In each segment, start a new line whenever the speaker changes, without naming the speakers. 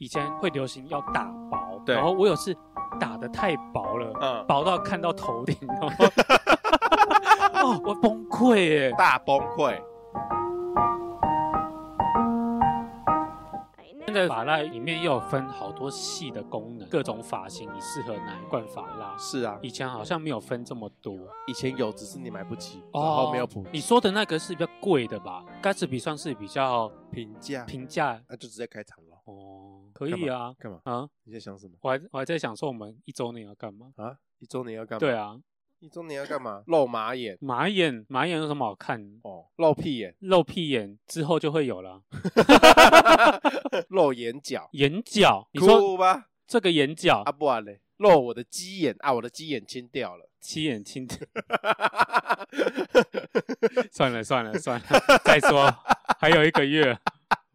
以前会流行要打薄，
对
然后我有次打的太薄了，
嗯，
薄到看到头顶，然后哦，我崩溃 耶！
大崩溃。
现在发蜡里面又有分好多细的功能，各种发型你适合哪一罐发蜡？
是啊，
以前好像没有分这么多，
以前有，只是你买不起，然后没有普
哦你说的那个是比较贵的吧？盖茨比算是比较
评价，
平价
那就直接开场了。
哦，可以啊
干嘛？
啊！
你在想什么
我还我还在想说我们一周年要干嘛？
啊？一周年要干嘛？
对，啊，
一周年要干嘛？露马眼
马眼马眼有什么好看？
哦，露屁眼，
露屁眼之后就会有了。
露眼角，
眼角， 你说
哭吧？
这个眼角
啊，不然嘞，露我的鸡眼啊，我的鸡眼清掉了。
七眼青， 算了算了算了，再 说还有一个月，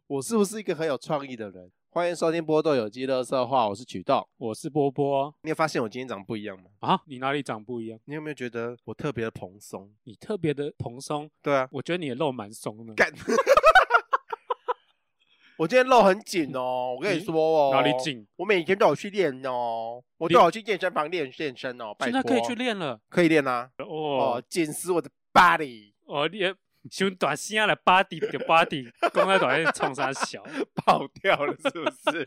我是不是一个很有创意的人？欢迎收听波豆有机乐色话，我是曲豆。
我是波波
你有发现我今天长不一样吗？
啊，你哪里长不一样？
你有没有觉得我特别的蓬松？
你特别的蓬松，
对啊，
我觉得你的肉蛮松的，
干。 我今天肉很紧哦，我跟你
你
说哦，
嗯哪里？紧？
我每天都有去练哦，我都有去健身房练健身哦，拜
现
托，
在可以去，练了
可以练啊，
哦
哦，，紧实我的 body
哦，你的胸短线了 body 的 body，公开短线冲啥小？
爆掉了，是 不是？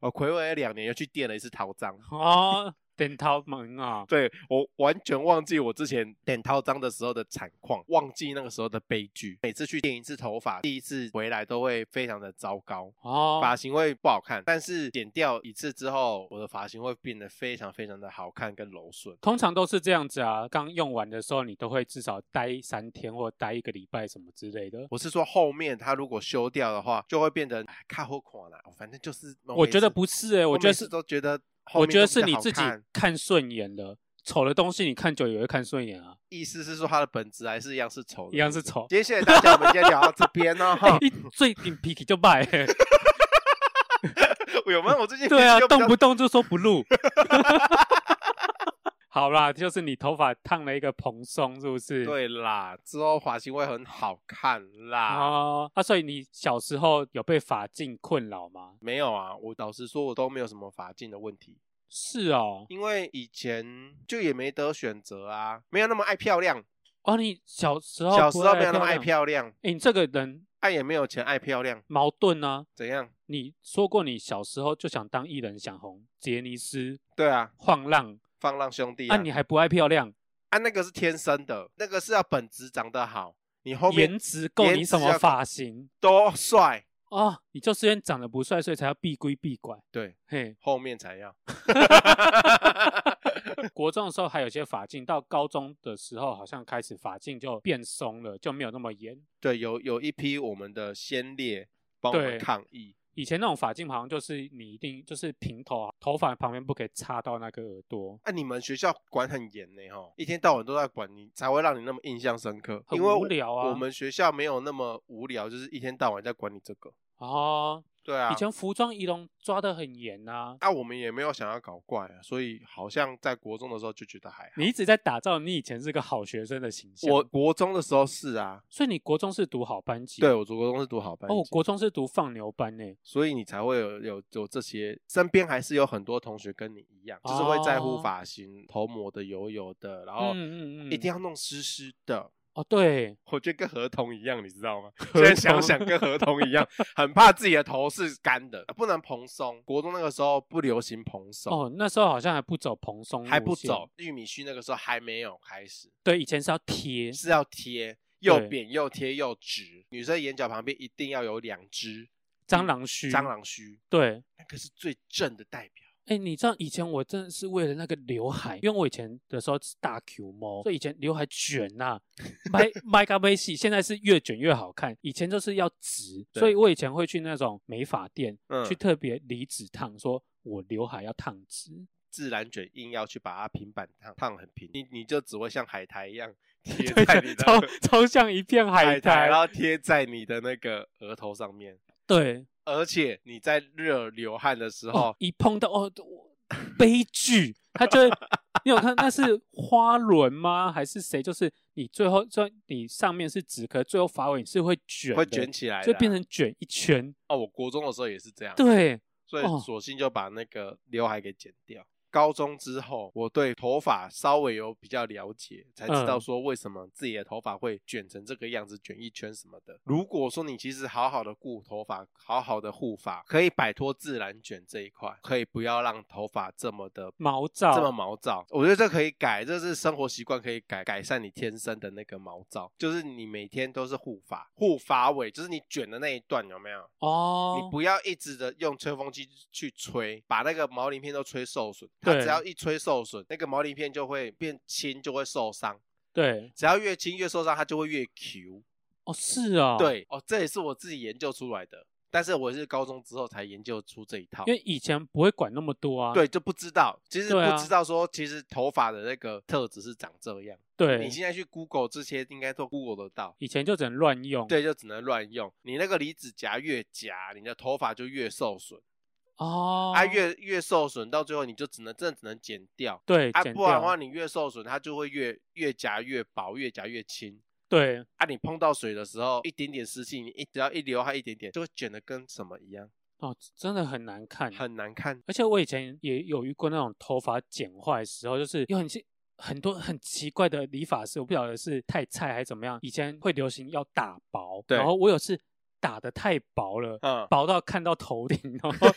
我暌违了两年，又去垫了一次桃章。
哦，点头门啊，
对我完全忘记我之前点掏章的时候的惨况，忘记那个时候的悲剧。每次去剪一次头发，第一次回来都会非常的糟糕，
哦，
发型会不好看。但是剪掉一次之后，我的发型会变得非常非常的好看跟柔顺。
通常都是这样子啊，刚用完的时候你都会至少待三天或待一个礼拜什么之类的。
我是说后面它如果修掉的话，就会变成哎看后款啦，反正就是我每次。
我觉得不是诶、欸
我
我
每
觉得
次
是，
都觉得后
我
面
觉得
都
是
比较
你
好
自己
看
看顺眼了，丑的东西你看久也会看顺眼啊，
意思是说它的本质还是一样是丑的，
一样是丑。
今天谢谢大家，我们今天聊到这边哦。哈
哎一最顶脾气就 败、欸，
有没有？我最近
对啊
脾气，又比
动
较
不动就说不录。 好啦，就是你头发烫了一个蓬松，是不是？。
对啦，之后发型会很好看啦。
哦，啊，所以你小时候有被发镜困扰吗？
没有啊，我老实说，我都没有什么发镜的问题，
是哦，
因为以前就也没得选择啊，没有那么爱漂亮，
哦，你小时候
小时
不
候
会
没有那么
爱
爱
亮，
漂亮，
哎、你这个人
爱啊也没有钱爱漂亮，
矛盾啊！
怎样？
你说过你小时候就想当艺人，想红，杰尼斯、
对啊，
晃浪，
放浪兄弟
啊，
啊，
你还不爱漂亮，
啊那个是天生的，那个是要本质长得好，你后面
颜值够
颜
你
值
什
要
么
够
发型
多帅，
哦，你就是因为长得不帅，所以才要避规避拐。
对，，
嘿
后面才要。
国中的时候还有些发镜，到高中的时候好像开始发镜就变松了，就没有那么严。
对，有有一批我们的先烈帮我们
对
抗议，
以前那种发镜好像就是你一定就是平头啊，头发旁边不可以插到那个耳朵，
啊，你们学校管很严呢，哈，一天到晚都在管你，才会让你那么印象深刻。
很
因为
无
我
聊啊
我们学校没有那么无聊，就是一天到晚在管你这个。
哦，
对啊，
以前服装仪容抓得很严啊。
啊，我们也没有想要搞怪啊，所以好像在国中的时候就觉得还好。
你一直在打造你以前是个好学生的形象。
我，国中的时候是啊，
所以你国中是读好班级，
对我国中是读好班级，
哦，我国中是读放牛班呢。
所以你才会有有有这些，身边还是有很多同学跟你一样，就是会在乎
哦
发型、头抹的油油的，然后
嗯嗯嗯，
哦一定要弄湿湿的。
哦，对，
我觉得跟合同一样，你知道吗？
合
现
同
在想想跟合同一 样，很怕自己的头是干的，不能蓬松。国中那个时候不流行蓬松，
哦，那时候好像还不走蓬松，
还不走。玉米须，那个时候还没有开始，
对，以前是要贴，
是要贴，又
对
扁又贴又直。女生眼角旁边一定要有两只
蟑螂须，
蟑，螂须，
对。
那个是最正的代表。
哎，你知道以前我真的是为了那个刘海，因为我以前的时候是大 Q 猫，所以以前刘海卷呐、啊，麦麦咖啡系，现在是越卷越好看，以前就是要直，
对
所以我以前会去那种美发店、
嗯
去特别离子烫，说我刘海要烫直，
自然卷硬要去把它平板烫烫很平，你你就只会像海苔一 样贴在你的
超超像一片海
海苔，
苔
然后贴在你的那个额头上面。
对，
而且你在热流汗的时候
哦，，一碰到哦，我 悲剧，他就会，你有看那是花轮吗？还是谁？就是你最后就你上面是直，可是最后发尾你是会卷，
会卷，起来的啊，
就变成卷一圈。
哦，我国中的时候也是这样，，
对，
所以
哦
索性就把那个刘海给剪掉。高中之后，我对头发稍微有比较了解，才知道
嗯
说为什么自己的头发会卷成这个样子，卷一圈什么的。如果说你其实好好的顾头发，好好的护发，可以摆脱自然卷这一块，可以不要让头发这么的
毛
这么
躁，
毛躁，我觉得这可以改，这是生活习惯可以改，改善你天生的那个毛躁，就是你每天都是护发，护发尾，就是你卷的那一段有没有？
哦
你，不要一直的用吹风机去吹，把那个毛鳞片都吹受损，它
对
只要一吹受损，那个毛鳞片就会变轻，就会受伤，
对，
只要越轻越受伤，它就会越 Q。
哦，是啊、哦，，
对，哦，这也是我自己研究出来的，但是我是高中之后才研究出这一套，
因为以前不会管那么多啊。
对，就不知道，其实
对啊
不知道说，其实头发的那个特质是长这样。
对
你，现在去 Google 这些，应该都 Google 得到。
以前就只能乱用。
对，就只能乱用。你那个离子夹越夹，你的头发就越受损，
哦，
啊，越越受损，到最后你就只能真的只能剪掉，
对，
啊，
剪
不然的
掉
话你越受损，它就会越越夹越薄，越夹越轻。
对，
啊，你碰到水的时候，一点点湿气，你一只要一流汗一点点，就会卷得跟什么一样，
哦，真的很难看。
很难看。
而且我以前也有遇过那种头发剪坏的时候，就是有很奇很多很奇怪的理发师，我不晓得是太菜还是怎么样。以前会流行要打薄，
对
然后我有次打的太薄 了，
嗯，
薄到看到头顶，然后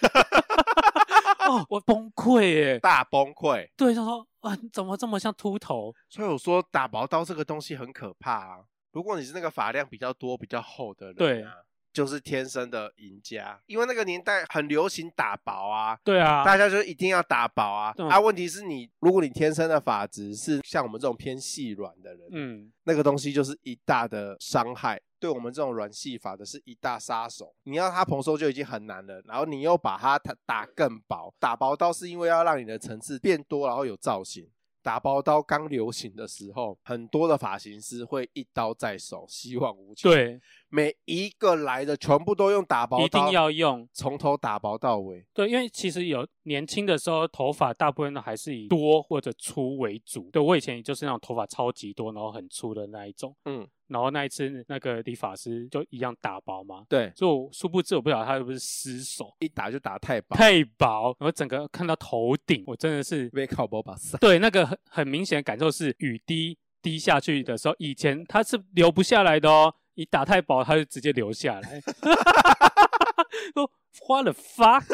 哦，我崩溃 耶！
大崩溃。
对，他说啊，你怎么这么像秃头？
所以我说打薄刀这个东西很可怕啊！如果你是那个发量比较多、比较厚的人、啊，
对，
就是天生的赢家，因为那个年代很流行打薄啊。
对啊，
大家就一定要打薄啊！
嗯
啊，问题是你，如果你天生的发质是像我们这种偏细软的人，
嗯，
那个东西就是一大的伤害，对我们这种软细发的是一大杀手。你要它蓬松就已经很难了，然后你又把它打打更薄，打薄刀是因为要让你的层次变多，然后有造型。打薄刀刚流行的时候，很多的发型师会一刀在手，希望无穷。，
对，
每一个来的全部都用打薄刀，
一定要用。
从头打薄到尾。
对，因为其实有年轻的时候，头发大部分都还是以多或者粗为主。对我以前也就是那种头发超级多，然后很粗的那一种。
嗯，
然后那一次那个理发师就一样打薄嘛，
对，
所以我殊不知我不晓得他是不是失手
一打就打太薄，
太薄，然后整个看到头顶，我真的是
被靠薄把塞。
对那个很很明显的感受是雨滴滴下去的时候，以前它是流不下来的哦，你打太薄它就直接流下来， 都花了发，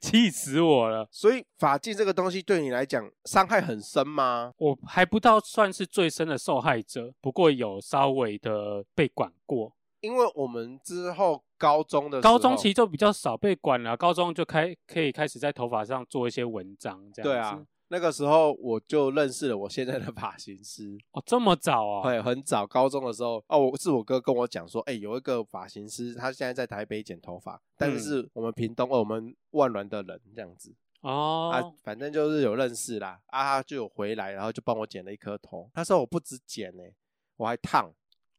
气死我了。
所以发髻这个东西对你来讲伤害很深吗？
我还不到算是最深的受害者，不过有稍微的被管过。
因为我们之后高中的时候
高中其实就比较少被管了，高中就开可以开始在头发上做一些文章这样子。
对啊，，那个时候我就认识了我现在的发型师，哎
哦，这么早哦，
很很早，高中的时候哦，我是我哥跟我讲说，哎、有一个发型师，他现在在台北剪头发，但是
嗯
是我们屏东、哦我们万峦的人这样子、啊
哦，，
反正就是有认识啦，啊，他就有回来，然后就帮我剪了一颗头，那时候我不止剪呢、我还烫，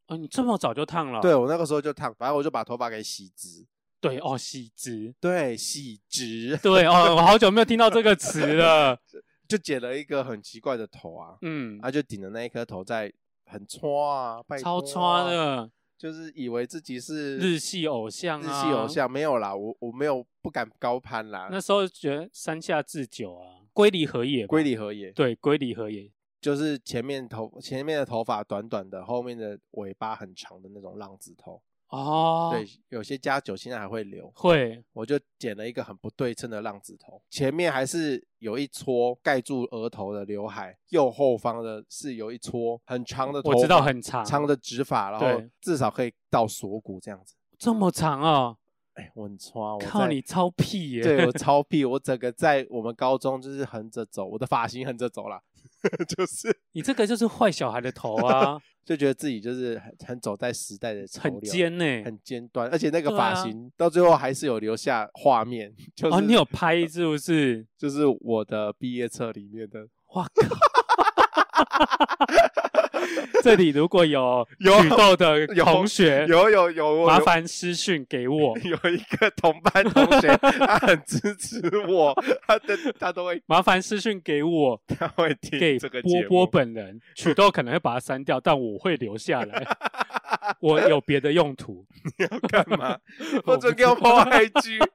哦，你这么早就烫了？
对我那个时候就烫，反正我就把头发给洗直，
对哦，洗直。
对，洗直，
对哦，我好久没有听到这个词了。
就剪了一个很奇怪的头啊，
嗯，
他就顶着那一颗头在很搓啊，拜
超
托啊
穿，的
就是以为自己是
日系偶像
日
啊，
系偶。像没有啦，我我没有不敢高攀啦，
那时候觉得山下智久啊，龟梨和也吧，
归理合也，
对龟梨和也，
就是前面头前面的头发短短的，后面的尾巴很长的那种浪子头，
哦，
对，，有些家酒现在还会留，
会
我就剪了一个很不对称的浪子头，前面还是有一撮盖住额头的刘海，右后方的是有一撮很长的头
我
发，
知道很长，
长的直发，然后
对
至少可以到锁骨这样子。
这么长哦，
哎，我很穿，我
靠
在
你！超屁耶！
对我 超屁，我整个在我们高中就是横着走，我的发型横着走啦， 就是
你这个就是坏小孩的头 啊，
就觉得自己就是很很走在时代的潮流，
很尖呢、
很尖端，而且那个
对
发
啊
型、到最后还是有留下画面，就是、呃
哦，你有拍是不是？
就是我的毕业册里面的，
哇靠！这里如果有
有
举豆的
有
同 学，
有有有，我
麻
有，
烦私讯给我
有一个同班同学， 他很支持我，他的他都会
麻烦私讯给我，
他会听
给
这个
波
节
波
目。
本人。举豆可能会把它删掉，但我会留下来， 我有别的用途。
干嘛？
我
不
不
准
知
给我
道
po IG。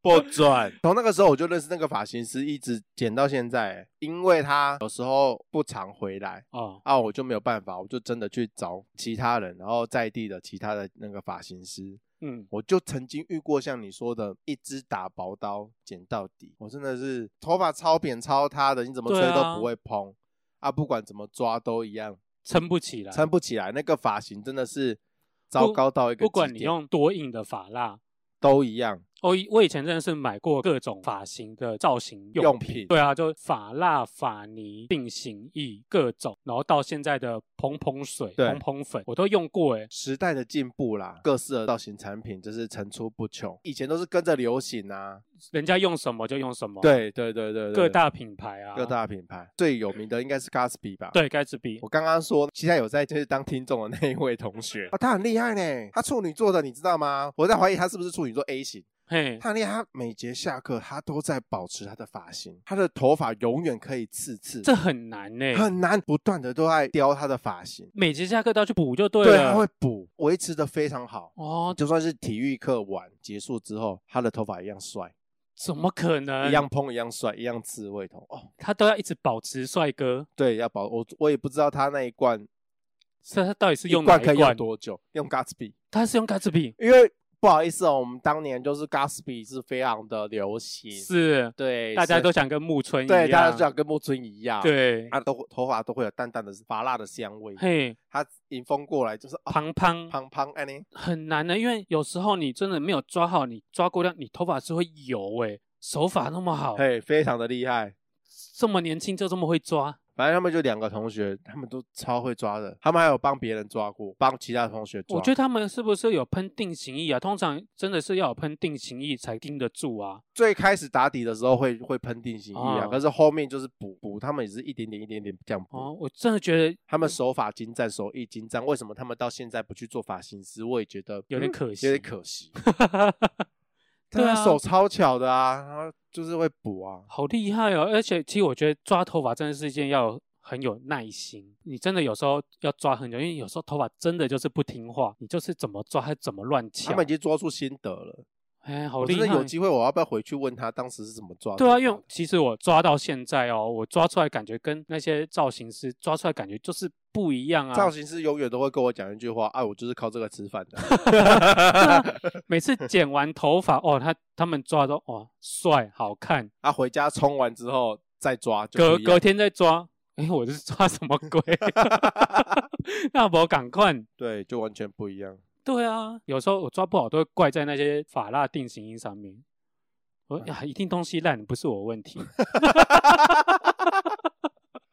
不准！从那个时候我就认识那个发型师，一直剪到现在，因为他有时候不常回来
哦，
啊，我就没有办法，我就真的去找其他人，然后在地的其他的那个发型师，
嗯，
我就曾经遇过像你说的，一只打薄刀剪到底，我真的是头发超扁超塌的，你怎么吹
对啊
都不会蓬啊不管怎么抓都一样
撑不起来。
撑不起来，那个发型真的是糟糕到一个
啊不管
极
你
点
用多硬的发蜡，
都一样。
我以我以前真的是买过各种发型的造型用
用品
对啊，就发蜡、发泥、定型液各种，然后到现在的蓬蓬水、
对
蓬蓬粉，我都用过哎。
时代的进步啦，各式的造型产品就是层出不穷。以前都是跟着流行啊，
人家用什么就用什么，，
对对对对对，
哦各大品牌啊，
各大品牌最有名的应该是 Gatsby 吧？，
对盖茨比
我刚刚说现在有在就是当听众的那一位同学，哦，他很厉害呢，他处女座的，你知道吗？我在怀疑他是不是处女座 A 型，
嘿，
他很厉害，他每节下课他都在保持他的发型，他的头发永远可以刺刺，
这很难欸呢、
很难，不断的都在雕他的发型，
每节下课都要去补就对
对，啊
了。
他会补，维持的非常好。
哦，
就算是体育课完结束之后，他的头发一样帅，
怎么可能？
一样蓬，一样帅，一样刺猬头。哦，
他都要一直保持帅哥，
对，要保我我也不知道他那一罐
所以他到底是用哪
罐
一
可以用
罐？
多久，用 Gatsby，
他是用盖茨比，
因为不好意思哦，我们当年就是 Gatsby 是非常的流行，
是
对，
大家
是
都想跟木村一样，
对，大家都想跟木村一样，，
对，
他都头发都会有淡淡的发蜡的香味，
嘿，
他迎风过来就是啊，
胖胖
胖胖哎呢，
很难的，因为有时候你真的没有抓好，你抓过量，你头发是会油哎、手法那么好，
嘿，非常的厉害。
这么年轻就这么会抓，
反正他们就两个同学，他们都超会抓的，他们还有帮别人抓过，帮其他同学抓。
我觉得他们是不是有喷定型液啊？通常真的是要有喷定型液才盯得住啊。
最开始打底的时候会会喷定型液啊，
啊
可是后面就是补补，他们也是一点点一点点这样补。
哦，我真的觉得
他们手法精湛，手艺精湛，为什么他们到现在不去做发型师？我也觉得
有点
嗯
可惜
有点 可惜。
对啊
但他手超巧的啊，然后就是会补啊。
好厉害哦！而且其实我觉得抓头发真的是一件要有很有耐心，你真的有时候要抓很久，因为有时候头发真的就是不听话，你就是怎么抓它怎么乱
他
翘
们已。经抓出心得了。
哎，好
我
厉
真的
害！
有机会，我要不要回去问他当时是怎么抓的？
对啊，因为其实我抓到现在哦，我抓出来感觉跟那些造型师抓出来感觉就是不一样
造
啊。
型师永远都会跟我讲一句话：“啊，我就是靠这个吃饭的。
每次剪完头发哦，他他们抓都哇帅好看，”
啊，回家冲完之后再抓就
隔
不一样
隔天再抓， 哎，我这是抓什么鬼？ 那我赶快。
对，就完全不一样。
对啊，有时候我抓不好都会怪在那些法蜡定型音上面。我
哎
呀、一定东西烂，不是我问题。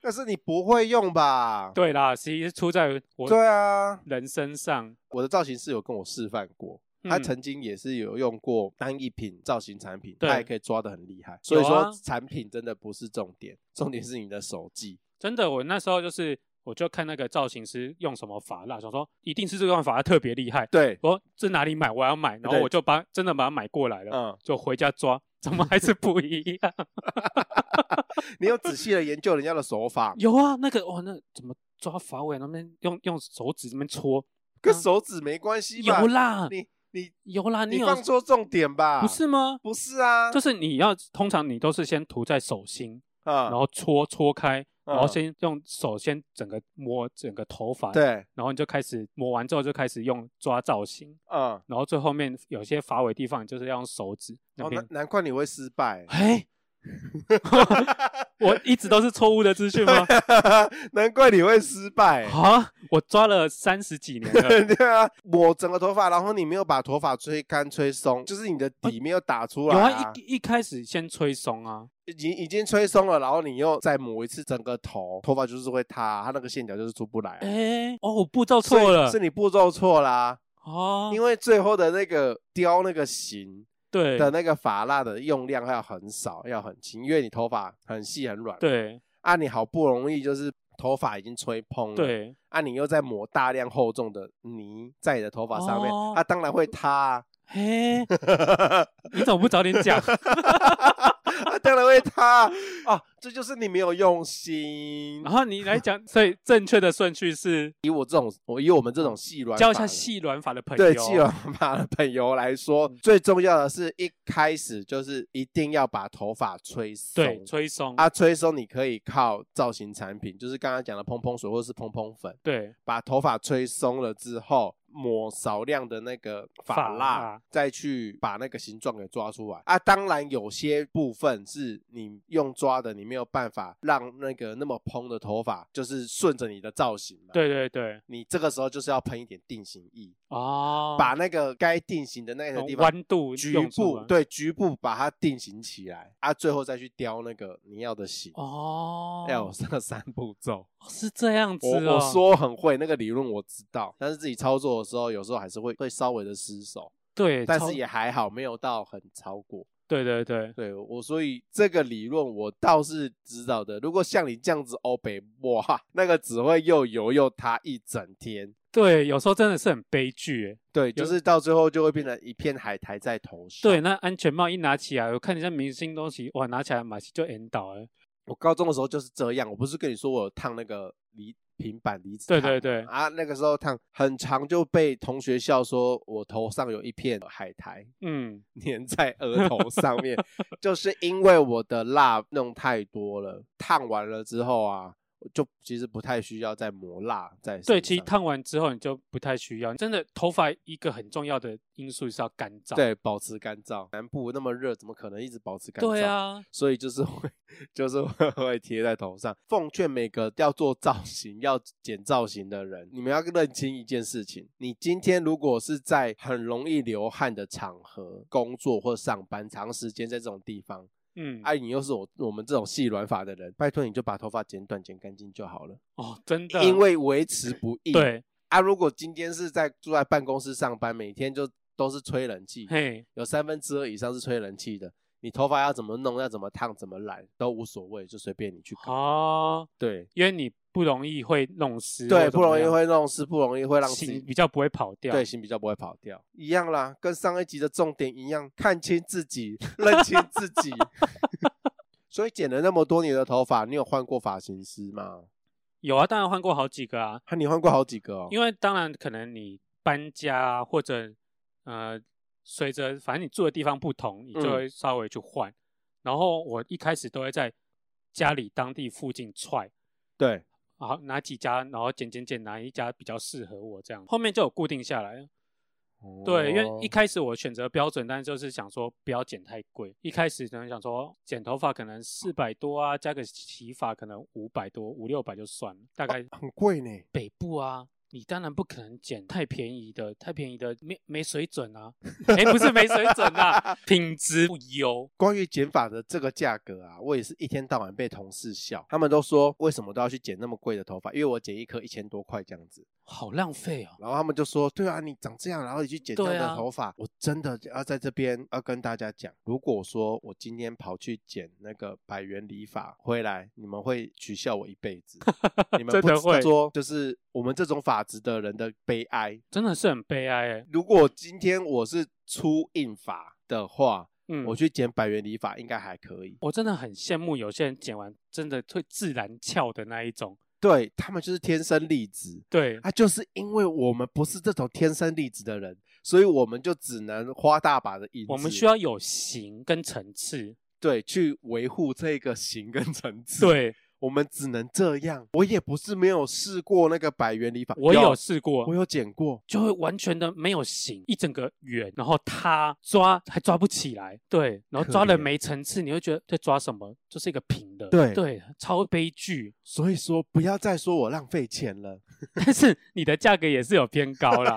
但是你不会用吧？
对啦，其实出在我
对啊，
人身上。
我的造型师有跟我示范过，他
嗯
曾经也是有用过单一品造型产品，
对
他也可以抓得很厉害。所以说
啊
产品真的不是重点，重点是你的手技。
真的，我那时候就是，我就看那个造型师用什么法蜡，想说一定是这段法蜡特别厉害。
对，
我说这哪里买？我要买，然后
对
我就把真的把它买过来了，
嗯，
就回家抓，怎么还是不一样？
你有仔细的研究人家的手法
，有啊，那个哦，那怎么抓发尾那边用用手指那边搓？
跟
啊
手指没关系吧
有？啦，
你你
有啦，
你
有
放错重点吧？
不是吗？
不是啊，
就是你要通常你都是先涂在手心，
啊
然后搓搓开，然后
嗯
先用手先整个摸整个头发，，
对，
然后你就开始摸完之后就开始用抓造型，
嗯，
然后最后面有些发尾地方你就是要用手指那
哦，
边，
难，难怪你会失败
哎、我一直都是错误的资讯吗？
难怪你会失败。
啊，我抓了三十几年 了，
对啊，我整个头发，然后你没有把头发吹干、吹松，就是你的底没有打出
哦有
来、
啊，一一开始先吹松啊，
已经已经吹松了，然后你又再抹一次整个头，头发就是会塌，它那个线条就是出不来。
哎、哦，我步骤错了
是，你步骤错啦，
哦，
因
为
为最后的那个雕那个型
对
的那个发蜡的用量要很少，要很轻，因为你头发很细很软。
对
啊，你好不容易就是头发已经吹蓬了，
对，
啊，你又在抹大量厚重的泥在你的头发上面，
哦
啊，当然会塌、 啊，
嘿，你怎么不早点 讲？
啊，当然会塌啊啊，这就是你没有用心
然。后你来讲，所以正确的顺序是
以我这种，我以我们这种细软，
教一下细软法的嗯朋友，
对基友妈的朋友来说，最重要的是一开始就是一定要把头发吹松。
对吹松
啊，吹松你可以靠造型产品，就是刚刚讲的蓬蓬水或是蓬蓬粉，
对
把头发吹松了之后，抹少量的那个发
发
蜡
蜡，
再去把那个形状给抓出来啊。当然，有些部分是你用抓的，你没有办法让那个那么蓬的头发就是顺着你的造型嘛。，
对对对，
你这个时候就是要喷一点定型液，
哦，
把那个该定型的那个地方
弯度
局
用出
部
来
对局部把它定型起来啊，最后再去雕那个你要的型。
哦，
要有这三步骤，
是这样子
我
哦。
我说很会那个理论我知道，但是自己操作的时候有时候还是会会稍微的失手，
对，
但
超
是也还好没有到很超过。
对对对，
对我，所以这个理论我倒是知道的。如果像你这样子欧北哇，那个只会又油又塌一整天。
对，有时候真的是很悲剧耶。
对，就是到最后就会变成一片海苔在头上。
对，，那安全帽一拿起来，我看人家明星东西，哇，拿起来马上就 N 倒了。
我高中的时候就是这样，我不是跟你说我有烫那个离平板离子
对
烫吗？
对对
啊，那个时候烫很长，就被同学笑说我头上有一片海苔
嗯，
粘在额头上 面，就是因为我的蜡弄太多了，烫完了之后啊，我就其实不太需要再磨蜡在
对，
身
其实
上
烫完之后你就不太需要，真的头发一个很重要的因素是要干燥。
对保持干燥，南部那么热，怎么可能一直保持干燥？
对啊，
所以就是会 就是会会贴在头上。奉劝每个要做造型、要剪造型的人，你们要认清一件事情：你今天如果是在很容易流汗的场合工作或上班，长时间在这种地方，
嗯，
哎、你又是我我们这种细软发的人，拜托你就把头发剪短、剪干净就好了，
哦，真的，
因为维持不易。
对，
啊，如果今天是在住在办公室上班，每天就都是吹冷气，
嘿，
有三分之二以上是吹人气的。你头发要怎么弄，要怎么烫，怎么染都无所谓，就随便你去搞。
哦，
对
因为你不容易会弄湿或
对，
怎
不
么
容易
样
会弄湿，不容易会让自
型
己
比较不会跑掉。
对型比较不会跑掉，一样啦，跟上一集的重点一样，看清自己，认清自己。 所以剪了那么多年的头发，你有换过发型师吗？
有啊，当然换过好几个啊，
啊，你换过好几个哦。
因
为
为当然可能你搬家啊，或者呃，随着反正你住的地方不同，你就
嗯
会稍微去换。然后我一开始都会在家里当地附近踹，
对，
啊，哪几家，然后剪剪剪哪一家比较适合我这样，后面就有固定下来了。对，因为一
哦
开始我选择标准，但是就是想说不要剪太贵。一开始可能想说剪头发可能
哦
四百多啊，加个洗发可能五百多、五六百就算了，大概
哦很贵呢。
北部啊，你当然不可能剪太便宜的，太便宜的没没水准啊！哎、不是没水准 啊，品质不优。
关于剪发的这个价格啊，我也是一天到晚被同事笑，他们都说为什么都要去剪那么贵的头发？因为我剪一颗一千多块这样子，
好浪费哦！
然后他们就说，对啊，你长这样，然后你去剪这
对
样的
啊
头发，我真的要在这边要跟大家讲，如果说我今天跑去剪那个百元理发回来，你们会取笑我一辈 子，你们
真
不
的
知
会
说就是我们这种发质的人的悲哀。
真的是很悲哀哎。
如果今天我是粗硬发的话，
嗯，
我去剪百元理发应该还可以。
我真的很羡慕有些人剪完真的会自然翘的那一种。
对他们就是天生丽质，
对，
啊，就是因为我们不是这种天生丽质的人，所以我们就只能花大把的银子，
我们需要有型跟层次。
对去维护这个型跟层次，，
对
我们只能这样。我也不是没有试过那个百元理发，
我
有
有，试
我
过，
有剪过，
就会完全的没有型，一整个圆，然后塌抓还抓不起来。对，然后
可
抓了
怜
没层次，你会觉得在抓什么？就是一个平的。
对
对，超悲剧。
所以说不要再说我浪费钱了。
但是你的价格也是有偏高啦。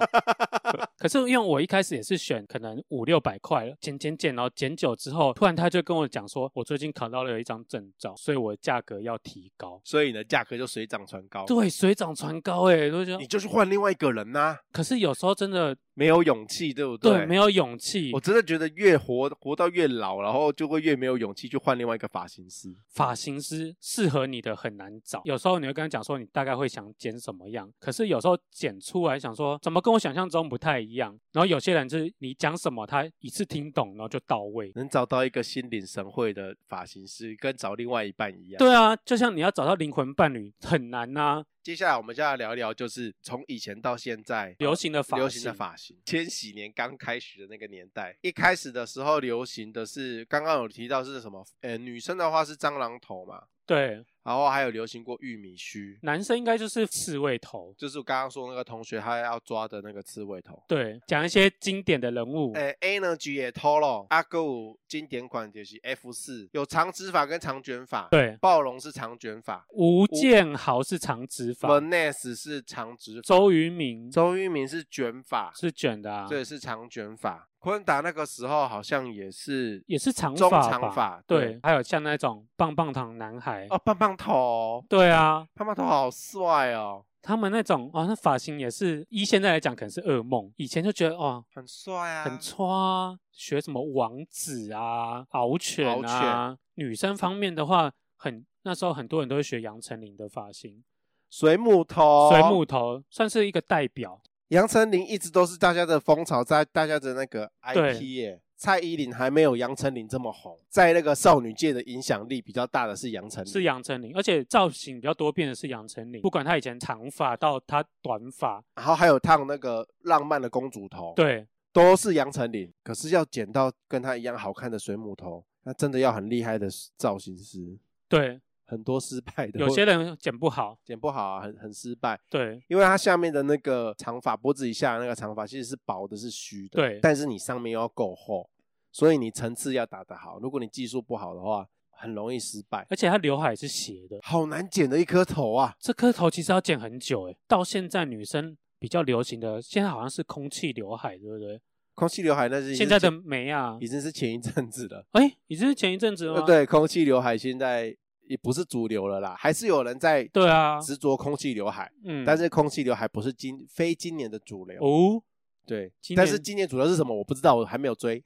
可是因为我一开始也是选可能五六百块了，剪剪剪，然后剪久之后，突然他就跟我讲说，我最近考到了一张证照，所以我的价格要提高。
所以你的价格就水涨船高。
对，水涨船高哎、欸，都觉
哦你
得。
就去换另外一个人呐、
可是有时候真的
没有勇气，对不
对
对，
没。有勇气
我，真的觉得越活活到越老，然后就会越没有勇气去换另外一个发型师。
发型师适合你的很难找。有时候你会跟他讲说你大概会想剪什么样，可是有时候剪出来想说怎么跟我想象中不太一样。然后有些人就是你讲什么他一次听懂，然后就到位。
能找到一个心领神会的发型师，跟找另外一半一样。，
对啊，就像你要找到灵魂伴侣很难啊呐、
接下来我们就要聊一聊，就是从以前到现在
流行的发
流行的
型
发型。千禧年刚开始的那个年代，一开始的时候流行的是刚刚有提到是什么？呃，女生的话是蟑螂头嘛，
对，
然后还有流行过玉米须，
男生应该就是刺猬头。
就是我刚刚说那个同学他要抓的那个刺猬头。
对，讲一些经典的人物。
诶 a n e r g y 也偷了，阿哥五经典款就是 F 四，有长直发跟长卷发，
对，
暴龙是长卷发
吴建豪是长直发，
，Vaness 是长直发，
周渝民
周渝民是卷发，
是卷的啊，
这也是长卷发。昆达那个时候好像也是
也是长
中
发
长
吧
发
对，
对
还有像那种棒棒糖男孩，
哦，棒棒头，
对啊，
棒棒头好帅哦，
他们那种哦，那发型也是依现在来讲可能是噩梦，以前就觉得哦
很帅啊，
很穿啊，学什么王子啊、獒犬
獒犬
啊，女生方面的话，很那时候很多人都会学杨丞琳的发型，
水母头，
水母头算是一个代表，
哦杨丞琳一直都是大家的风潮，在大家的那个
对
IP 耶。蔡依林还没有杨丞琳这么红，在那个少女界的影响力比较大的是杨丞琳，
是杨丞琳，而且造型比较多变的是杨丞琳，不管她以前长发到她短发，
然后还有烫那个浪漫的公主头，，
对，
都是杨丞琳。可是要剪到跟她一样好看的水母头，那真的要很厉害的造型师，
对，
很多失败的，
有些人剪不好，
剪不好啊，很很失败。
对，
因为它下面的那个长发，脖子以下的那个长发其实是薄的，是虚的。
对
但是你上面又要够厚，所以你层次要打得好。如果你技术不好的话，很容易失败。
而且她刘海是斜的，
好难剪的一颗头啊！
这颗头其实要剪很久诶，欸到现在女生比较流行的，现在好像是空气刘海，对不对？
空气刘海那是已经
现在的
是
眉啊
已，经是前一阵子了。
哎，已经是前一阵子了
呃，
吗？
对，空气刘海现在也不是主流了啦，还是有人在
对啊，
执着空气刘海，
嗯，
但是空气刘海不是今非今年的主流。
哦，
对
今，
但是
年
今年主流是什么？我不知道，我还没 有追。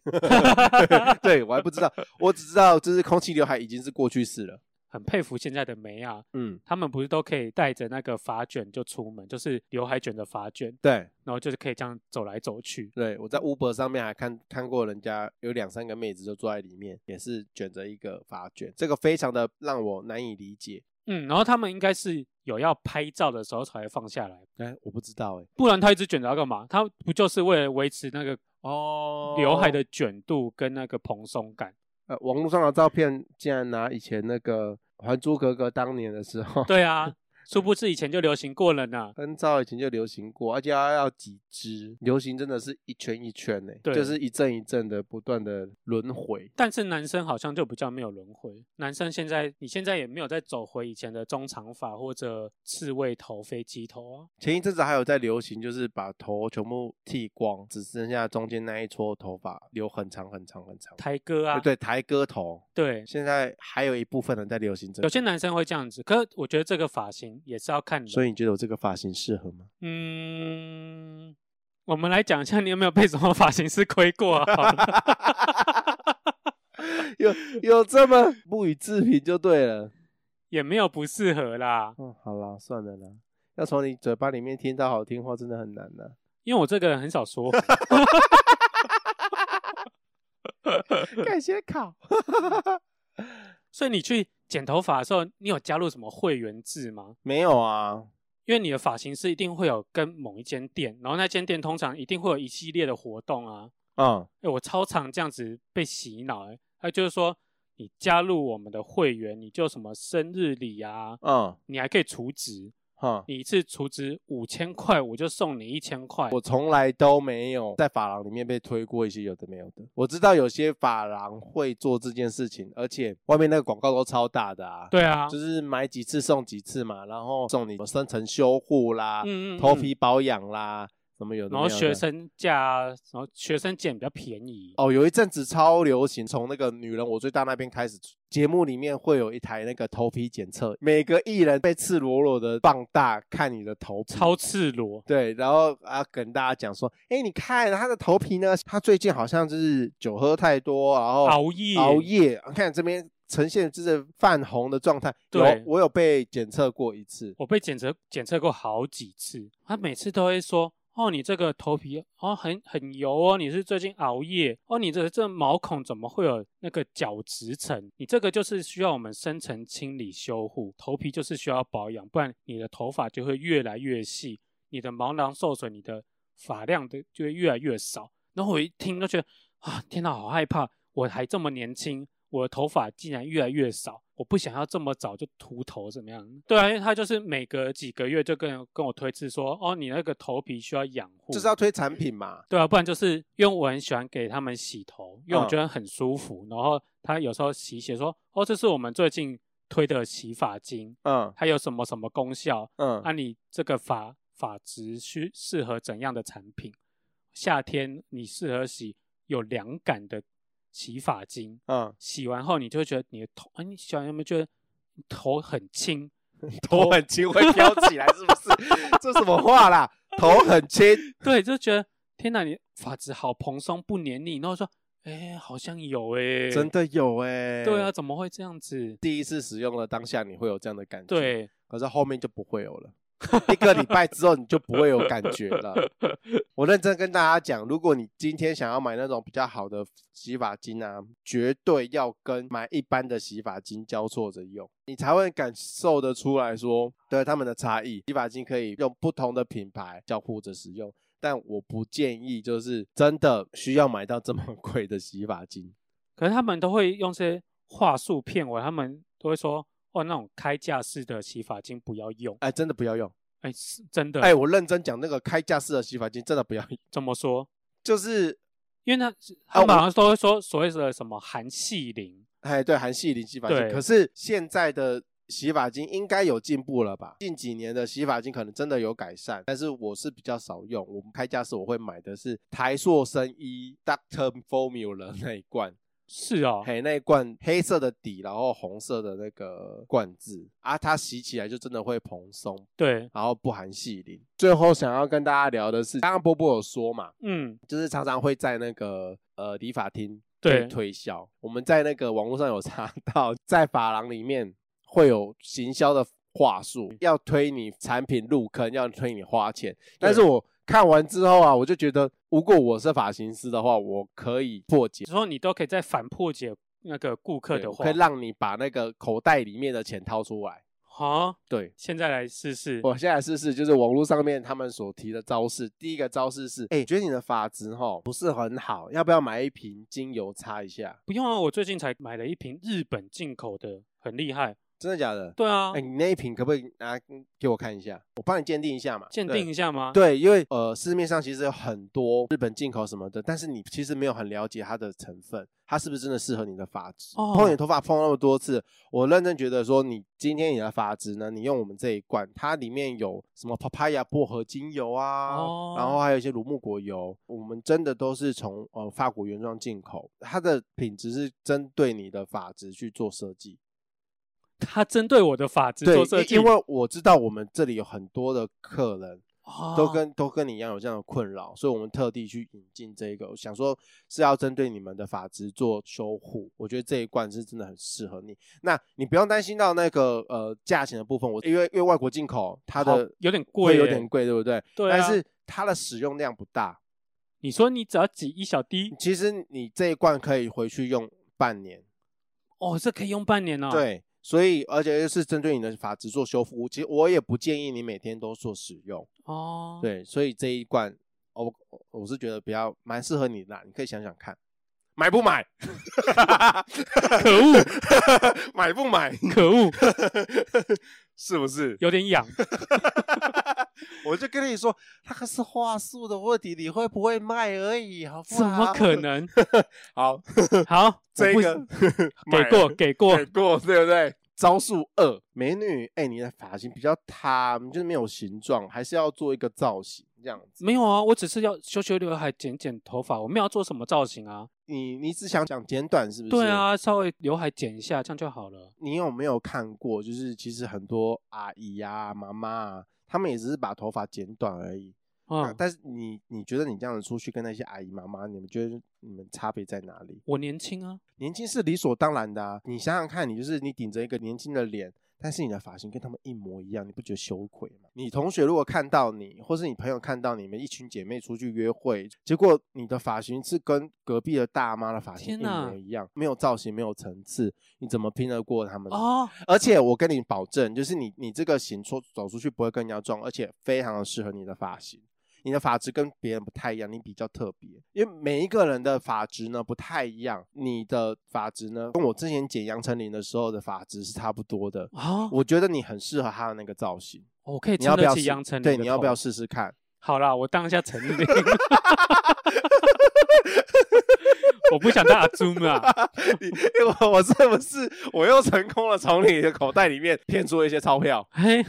对我还不知道，我只知道就是空气刘海已经是过去式了。
很佩服现在的眉啊，
嗯，
他们不是都可以带着那个发卷就出门，就是刘海卷的发卷，
对
然后就是可以这样走来走去。
对，我在 Uber 上面还看看过人家有两三个妹子就坐在里面，也是卷着一个发卷，这个非常的让我难以理解。
嗯，然后他们应该是有要拍照的时候才会放下来，
哎，我不知道哎、
不然他一直卷着要干嘛？他不就是为了维持那个
哦
刘海的卷度跟那个蓬松感？
呃，网络上的照片竟然拿以前那个《还珠格格》当年的时候，
对啊， 殊不知以前就流行过了呢。
很早以前就流行过，而且要要几支，流行真的是一圈一圈呢、欸
对
就是一阵一阵的不断的轮回。
但是男生好像就比较没有轮回，男生现在你现在也没有再走回以前的中长发或者刺猬头、飞机头啊。
前一阵子还有在流行，就是把头全部剃光，只剩下中间那一撮头发留很长很长很长。
台哥啊，
呃对，台哥头。
对
现在还有一部分人在流行
有
这个，
些男生会这样子，可我觉得这个发型也是要看你。
所以你觉得我这个发型适合吗？
嗯，我们来讲一下你有没有被什么发型师亏过啊？好了
有有这么不予置评就对了。
也没有不适合啦，
哦，好啦，算了啦，要从你嘴巴里面听到好听话真的很难啊呐、
因为我这个人很少说。
感谢考。
所以你去剪头发的时候，你有加入什么会员制吗？
没有啊，
因为你的发型师一定会有跟某一间店，然后那间店通常一定会有一系列的活动啊。
嗯，
哎，我超常这样子被洗脑哎，还就是说你加入我们的会员，你就什么生日礼啊，
嗯，
你还可以储值，
哈、
你一次储值五千块，我就送你一千块。
我从来都没有在发廊里面被推过一些有的没有的。我知道有些发廊会做这件事情，而且外面那个广告都超大的啊，
对啊，
就是买几次送几次嘛，然后送你什么深层修护啦、
嗯嗯嗯
头皮保养啦。什么有的没
然
有
后
的
学生价啊，然后学生捡比较便宜。
哦，有一阵子超流行，从那个《女人我最大》那边开始，节目里面会有一台那个头皮检测，每个艺人被赤裸裸的放大看你的头皮，
超赤裸，
对，然后啊跟大家讲说，哎，你看他的头皮呢，他最近好像就是酒喝太多，然后
熬夜
哦熬夜，啊看这边呈现就是泛红的状态。有
对
我有被检测过一次，
我被检测检测过好几次，他每次都会说：“哦，你这个头皮哦很很油哦，你是最近熬夜哦，你这这毛孔怎么会有那个角质层？你这个就是需要我们深层清理修护，头皮就是需要保养，不然你的头发就会越来越细，你的毛囊受损，你的发量的就会越来越少。”然后我一听就觉得啊，天哪，好害怕！我还这么年轻，我的头发竟然越来越少，我不想要这么早就秃头，怎么样？对啊，因为他就是每隔几个月就跟跟我推荐说，哦，你那个头皮需要养护，
就是要推产品嘛。
对啊，不然就是因为我很喜欢给他们洗头，因为我
嗯
觉得很舒服。然后他有时候洗一洗说，哦，这是我们最近推的洗发精，
嗯
它有什么什么功效？
嗯
啊，你这个发发质需适合怎样的产品？夏天你适合洗有凉感的洗发精，
嗯，
洗完后你就会觉得你的头，啊，你洗完有没有觉得你头很轻？
头很轻会飘起来，是不是？ 这什么话啦？头很轻，
对，就觉得天哪，你发质好蓬松不黏腻。然后说，哎、好像有哎、
真、的有哎、
对啊，，怎么会这样子？
第一次使用了当下你会有这样的感觉，，
对，
可是后面就不会有了。一个礼拜之后你就不会有感觉了。我认真跟大家讲，如果你今天想要买那种比较好的洗发精啊，绝对要跟买一般的洗发精交错着用，你才会感受得出来说，对它们的差异。洗发精可以用不同的品牌交互着使用，但我不建议就是真的需要买到这么 贵的洗发精。
可是他们都会用些话术骗我，他们都会说，哦，那种开架式的洗发精不要用。
哎，真的不要用！
哎、是真的，
哎，我认真讲，那个开架式的洗发精真的不要用，
怎么说？
就是
因为他是
啊
他们好
我
像都会说所谓的什么韩系林，
哎，对，韩系零洗发精。
对
可是现在的洗发精应该有进步了吧？近几年的洗发精可能真的有改善，但是我是比较少用。我们开架式我会买的是台塑生医 Doctor Formula 那一罐，
是哦，
嘿，那一罐黑色的底，然后红色的那个罐子啊，它洗起来就真的会蓬松，
对，
然后不含细鳞。最后想要跟大家聊的是，刚刚波波有说嘛，
嗯，
就是常常会在那个呃理发厅
对
被推销。我们在那个网络上有查 到，在发廊里面会有行销的话术，要推你产品入坑，要推你花钱。但是我看完之后啊，我就觉得，如果我是发型师的话，我可以破解。
就说你都可以在反破解那个顾客
对
的
我
话
可以，让你把那个口袋里面的钱掏出来。
好，
对，
现在来试试，
我现在试试，就是网络上面他们所提的招式。第一个招式是，哎、觉得你的发质哈不是很好，要不要买一瓶精油擦一下？
不用啊，我最近才买了一瓶日本进口的，很厉害，
真的假的？
对啊
哎、，你那一瓶可不可以拿给我看一下？我帮你鉴定一下嘛。
鉴
对
定一下吗？，
对，因为呃，市面上其实有很多日本进口什么的，但是你其实没有很了解它的成分，它是不是真的适合你的发质？
哦
碰你头发碰那么多次，我认真觉得说，你今天你的发质呢，你用我们这一罐，它里面有什么 papaya 薄荷精油啊，
哦
然后还有一些乳木果油，我们真的都是从呃法国原装进口，它的品质是针对你的发质去做设计。
他针对我的发质
对
做设，计，
因因为我知道我们这里有很多的客人。
哦
都跟都跟你一样有这样的困扰，所以我们特地去引进这个，想说是要针对你们的发质做修护。我觉得这一罐是真的很适合你。那你不用担心到那个呃价钱的部分，我因为因为外国进口它
好
的
有点
会
贵耶，
有点贵，对不对？
对啊
但是它的使用量不大，
你说你只要挤一小滴，
其实你这一罐可以回去用半年。
哦，这可以用半年哦，，
对，所以而且又是针对你的发质做修复，其实我也不建议你每天都做使用。
哦，，
对，所以这一罐，我我是觉得比较蛮适合你的啦，你可以想想看，买不买？
可恶，
买不买？
可恶，
是不是？
有点痒，
我就跟你说，那个是话术的问题，你会不会卖而已，好不好？
怎么可？能？
好，
好，
这
我不
个
给过，给过
给，过，对不对？招数二，美女，哎、你的发型比较塌，就是没有形状，还是要做一个造型。这样子。
没有啊，我只是要修修刘海、剪剪头发，我没有要做什么造型啊。
你你只想讲简短是不是？
对，啊，稍微刘海剪一下，这样就好了。
你有没有看过？就是其实很多阿姨啊、妈妈啊，她们也只是把头发剪短而已。啊
嗯，
但是你你觉得你这样子出去跟那些阿姨妈妈，你们觉得你们差别在哪里？
我年轻啊，
年轻是理所当然的啊！你想想看，你就是你顶着一个年轻的脸，但是你的发型跟他们一模一样，你不觉得羞愧吗？你同学如果看到你，或是你朋友看到你们一群姐妹出去约会，结果你的发型是跟隔壁的大妈的发型
天
一
哪
模一样，没有造型，没有层次，你怎么拼得过他们呢？
哦，
而且我跟你保证，就是你你这个型出走出去不会跟人家撞，而且非常的适合你的发型。你的发质跟别人不太一样，你比较特别，因为每一个人的发质呢不太一样，你的发质呢跟我之前剪杨丞琳的时候的发质是差不多的。
啊，
我觉得你很适合她的那个造型，
我可以
你
撑
要不
得
要
起
试
杨丞琳。
对，你要不要？试试 看？
好啦，我当下承认。 我不想当阿朱啊，
你我我是不是我又成功了从你的口袋里面骗出一些钞票？
嘿，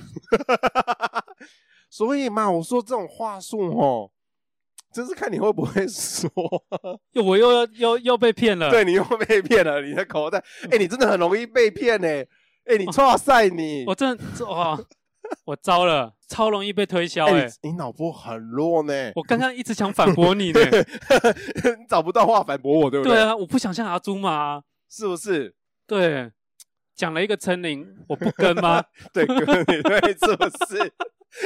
所以嘛，我说这种话术哦，真是看你会不会说。
又我又要又又被骗了。
对，你又被骗了，你的口袋，
嗯
哎、你真的很容易被骗呢、哎、你错赛你，
我真的这哇，我糟了，超容易被推销
哎、
哎、
你你脑波很弱呢、
我刚刚一直想反驳你呢、
你 找不到话反驳我，对不
对啊，我不想像阿朱嘛、
是不是？
对，讲了一个陈琳，我不跟吗？
对，哥，你 对，是不是？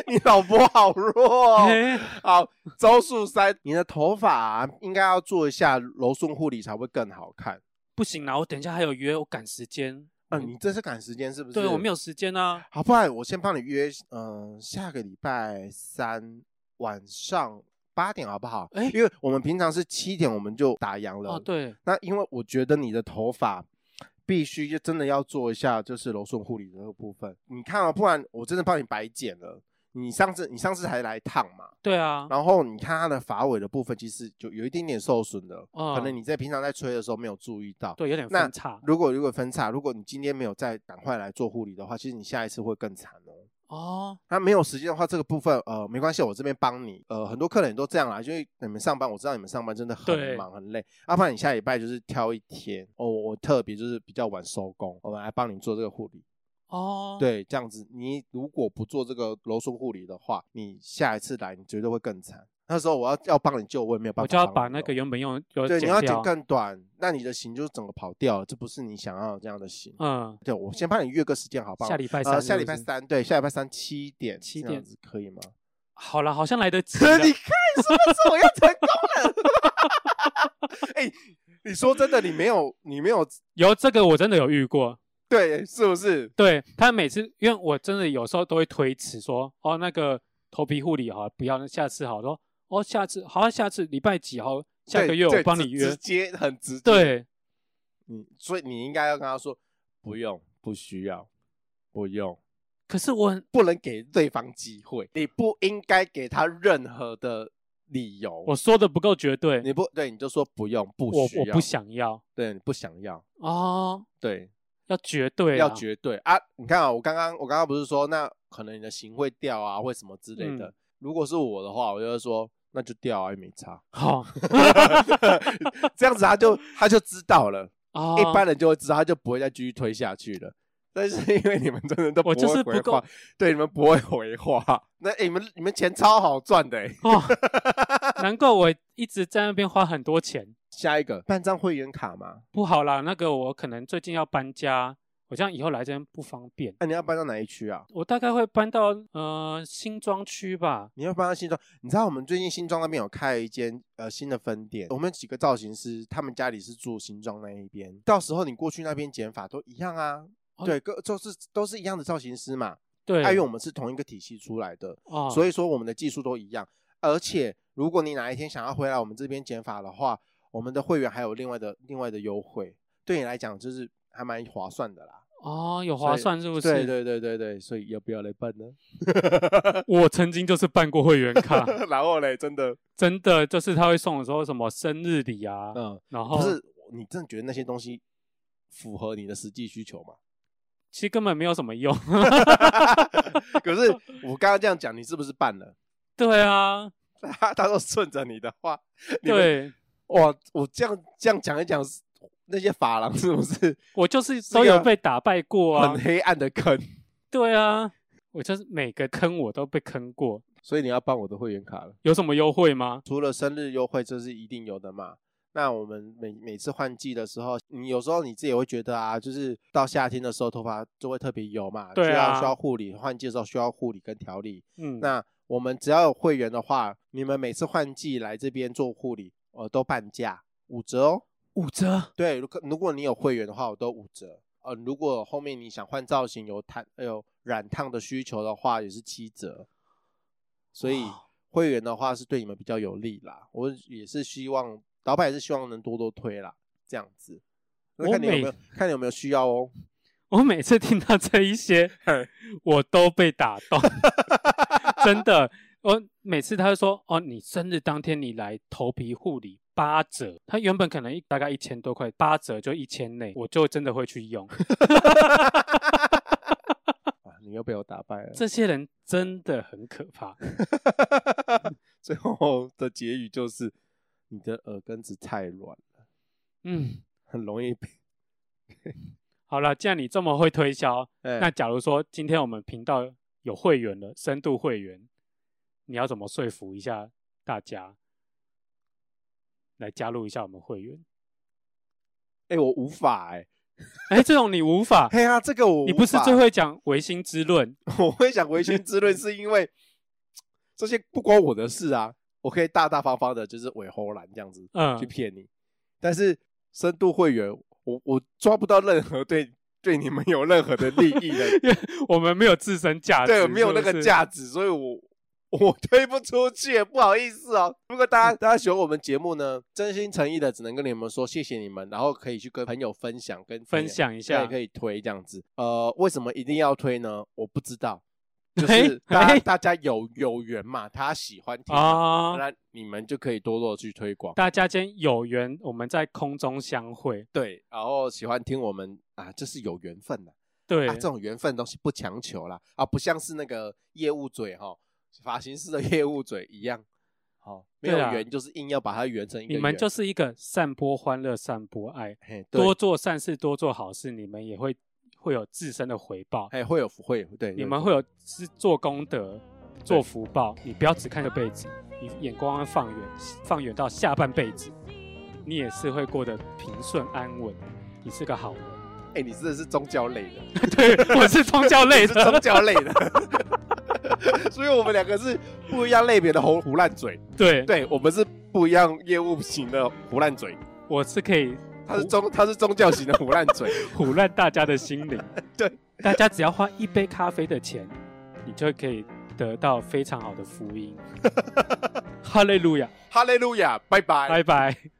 你脑波好弱、 哦。
嘿
好，周树三，你的头发啊、应该要做一下柔顺护理才会更好看。
不行啦，我等一下还有约，我赶时间。
嗯、你这是赶时间是不是？
对我没
有。
有时间啊。
好，不然我先帮你约，嗯、下个礼拜三晚上八点好不好？
哎
因为我们平常是七点我们就打烊了。
哦，。对，
那因为我觉得你的头发必须就真的要做一下，就是柔顺护理的那个部分。你看啊，不然我真的帮你白剪了。你上次你上次还来烫嘛？
对啊，
然后你看它的发尾的部分，其实就有一点点受损了，
嗯
可能你在平常在吹的时候没有注意到。
对，有点
那
分叉
如果如果分叉，如果你今天没有再赶快来做护理的话，其实你下一次会更惨哦。
哦。
那没有时间的话，这个部分呃没关系，我这边帮你。呃，很多客人也都这样啦，因为你们上班，我知道你们上班真的
对
很忙很累，要、不然你下礼拜就是挑一天哦，我特别就是比较晚收工，我们来帮你做这个护理。
哦，，
对，这样子你如果不做这个柔术护理的话，你下一次来你绝对会更惨。那时候我要要帮你救，我也没有办
我
法
就
帮
要
你救。
把那个原本用有
对，
剪
你要剪
掉。
更短，那你的型就整个跑掉了，这不是你想要的这样的型。
嗯，
对，我先帮你约个时间好不好？
下礼拜
呃，
三，
下礼拜。三，对，下礼拜三七点，
7
这样
点
子可以吗？
好了，好像来得 及
可
了。
你看是不是我又成功 了？哎、你说真的，你没有，你没有，
有这个我真的有遇过，
对，是不是？
对他每次，因为我真的有时候都会推迟说，哦，那个头皮护理哈，不要，那下次好说，哦，下次好，下次礼拜几好，下
对
个月
对
我帮
直
你
直
约。
接很直接。，
对，
你所以你应该要跟他说，不用，不需要，不用，
可是我很
不能给对方机会，你不应该给他任何的理由。
我说的不够绝对，
你不对，你就说不用，不
我
需
我
要，
不，想要
对，你不想要，
哦，
对，
要绝对啊，
要绝对啊！你看啊，我刚刚我刚刚不是说，那可能你的型会掉啊，或什么之类的。
嗯
如果是我的话，我就会说那就掉啊，也没 差。
好
这样子他就他就知道了，
哦，
一般人就会知道，他就不会再继续推下去了。但是因为你们真的都
哦
不
我就
会
是不
回
够
话，对你们不会回话，那、欸你们你们钱超好赚的、欸。
哦，难怪我一直在那边花很多钱。
下一个办张会员卡嘛，
不好啦，那个我可能最近要搬家，我这样以后来这边不方便。
那、你要搬到哪一区啊？
我大概会搬到呃新庄区吧。
你要搬到新庄，你知道我们最近新庄那边有开一间呃新的分店，我们有几个造型师，他们家里是住新庄那一边，到时候你过去那边剪发都一样啊，
哦
对，各就是都是一样的造型师嘛，
对，
碍于我们是同一个体系出来的，
哦，
所
以
以说我们的技术都一样，而且如果你哪一天想要回来我们这边剪发的话，我们的会员还有另外的另外的优惠，对你来讲就是还蛮划算的啦。
哦有划算是不是？
对对对对对，所以要不要来办呢？
我曾经就是办过会员卡，
然后嘞，真的，
真的就是他会送我说什么生日礼啊，
嗯。
然后
不是，你真的觉得那些东西符合你的实际 需求吗？
其实根本没有什么用。
可是我刚刚这样讲，你是不是办了？
对啊，
他他都顺着你的话， 你们
对
哇，我这样这样讲一讲，那些法郎是不是
我就是
是
都
个
有被打败过 啊
很，黑暗的坑？
对啊，我就是每个坑我都被坑过。
所以你要办我的会员卡了，
有什么优惠吗？
除了生日优惠，这是一定有的嘛。那我们每每次换季的时候，你有时候你自己也会觉得啊，就是到夏天的时候头发就会特别油嘛，
对
需要
啊
需要护理，换季的时候需要护理跟调理。
嗯，
那我们只要有会员的话，你们每次换季来这边做护理，呃，都半价五折哦。
五折，
对，如果如果你有会员的话，我都五折。呃，如果后面你想换造型有烫呃有染烫的需求的话，也是七折。所以
哇
会员的话是对你们比较有利啦。我也是希望老板也是希望能多多推啦，这样子。那
我
看你有没
每
有看你有没有需要哦。
我每次听到这一些，我都被打动，真的。我每次他就说：“哦，你生日当天你来头皮护理八折。”他原本可能一大概一千多块，八折就一千内，我就真的会去用。
啊，你又被我打败了。
这些人真的很可怕。
最后的结语就是你的耳根子太软了，
嗯，
很容 易被。
好了，既然你这么会推销，
哎
那假如说今天我们频道有会员了，深度会员，你要怎么说服一下大家来加入一下我们会员？
哎、我无法哎、
哎，这 种你无法，
嘿啊，这个我
你
无
不是
法
最会讲唯心之论，
我会想回心之论，是因为这些不关我的事啊，我可以大大方方的，就是尾后懒这样子
嗯
去， 骗你。但是深度会员，我我抓不到任何对对你们有任何的利益的，
因为我们没有自身价值，
对，没有那
是不
个
是，
价值，所以我。我 推不出去，不好意思哦。如果大家
嗯
大家喜欢我们节目呢，真心诚意的只能跟你们说谢谢你们，然后可以去跟朋友分享，跟朋友
分享一
现在
下，
可以推这样子。呃，为什么一定要推呢？我不知道，就
嘿
是大家
嘿
大家有有缘嘛，他喜欢听嘛，
哎啊。
那你们就可以多多去推广。
大家间有缘，我们在空中相会。
对，然后喜欢听我们啊，这是有缘分的、
对，
啊，这种缘分的东西不强求啦，啊，不像是那个业务嘴哈，发型师的业务嘴一样，好、没有
对啊
缘就是硬要把它圆成一个
你
圆。
们就是一个散播欢乐、散播爱，
嘿对
多做善事、多做好事，你们也会会有自身的回报，
哎会有会有对，
你
对
们
对
会有是做功德、做福报。你不要只看这辈子，你眼光要放远，放远到下半辈子，你也是会过得平顺安稳。你是个好人，
哎、你真的是宗教类的。
对我是宗教类
是宗
的，
教类的， 所以我们两个是不一样类别的胡胡烂嘴，
对，
对我们是不一样业务型的胡烂嘴，
我是可以
他是宗他是宗教型的胡烂嘴，。
唬乱大家的心灵
对，
大家只要花一杯咖啡的钱，你就可以得到 非常好的福音。哈利路亚，
哈利路亚，拜拜。
拜拜。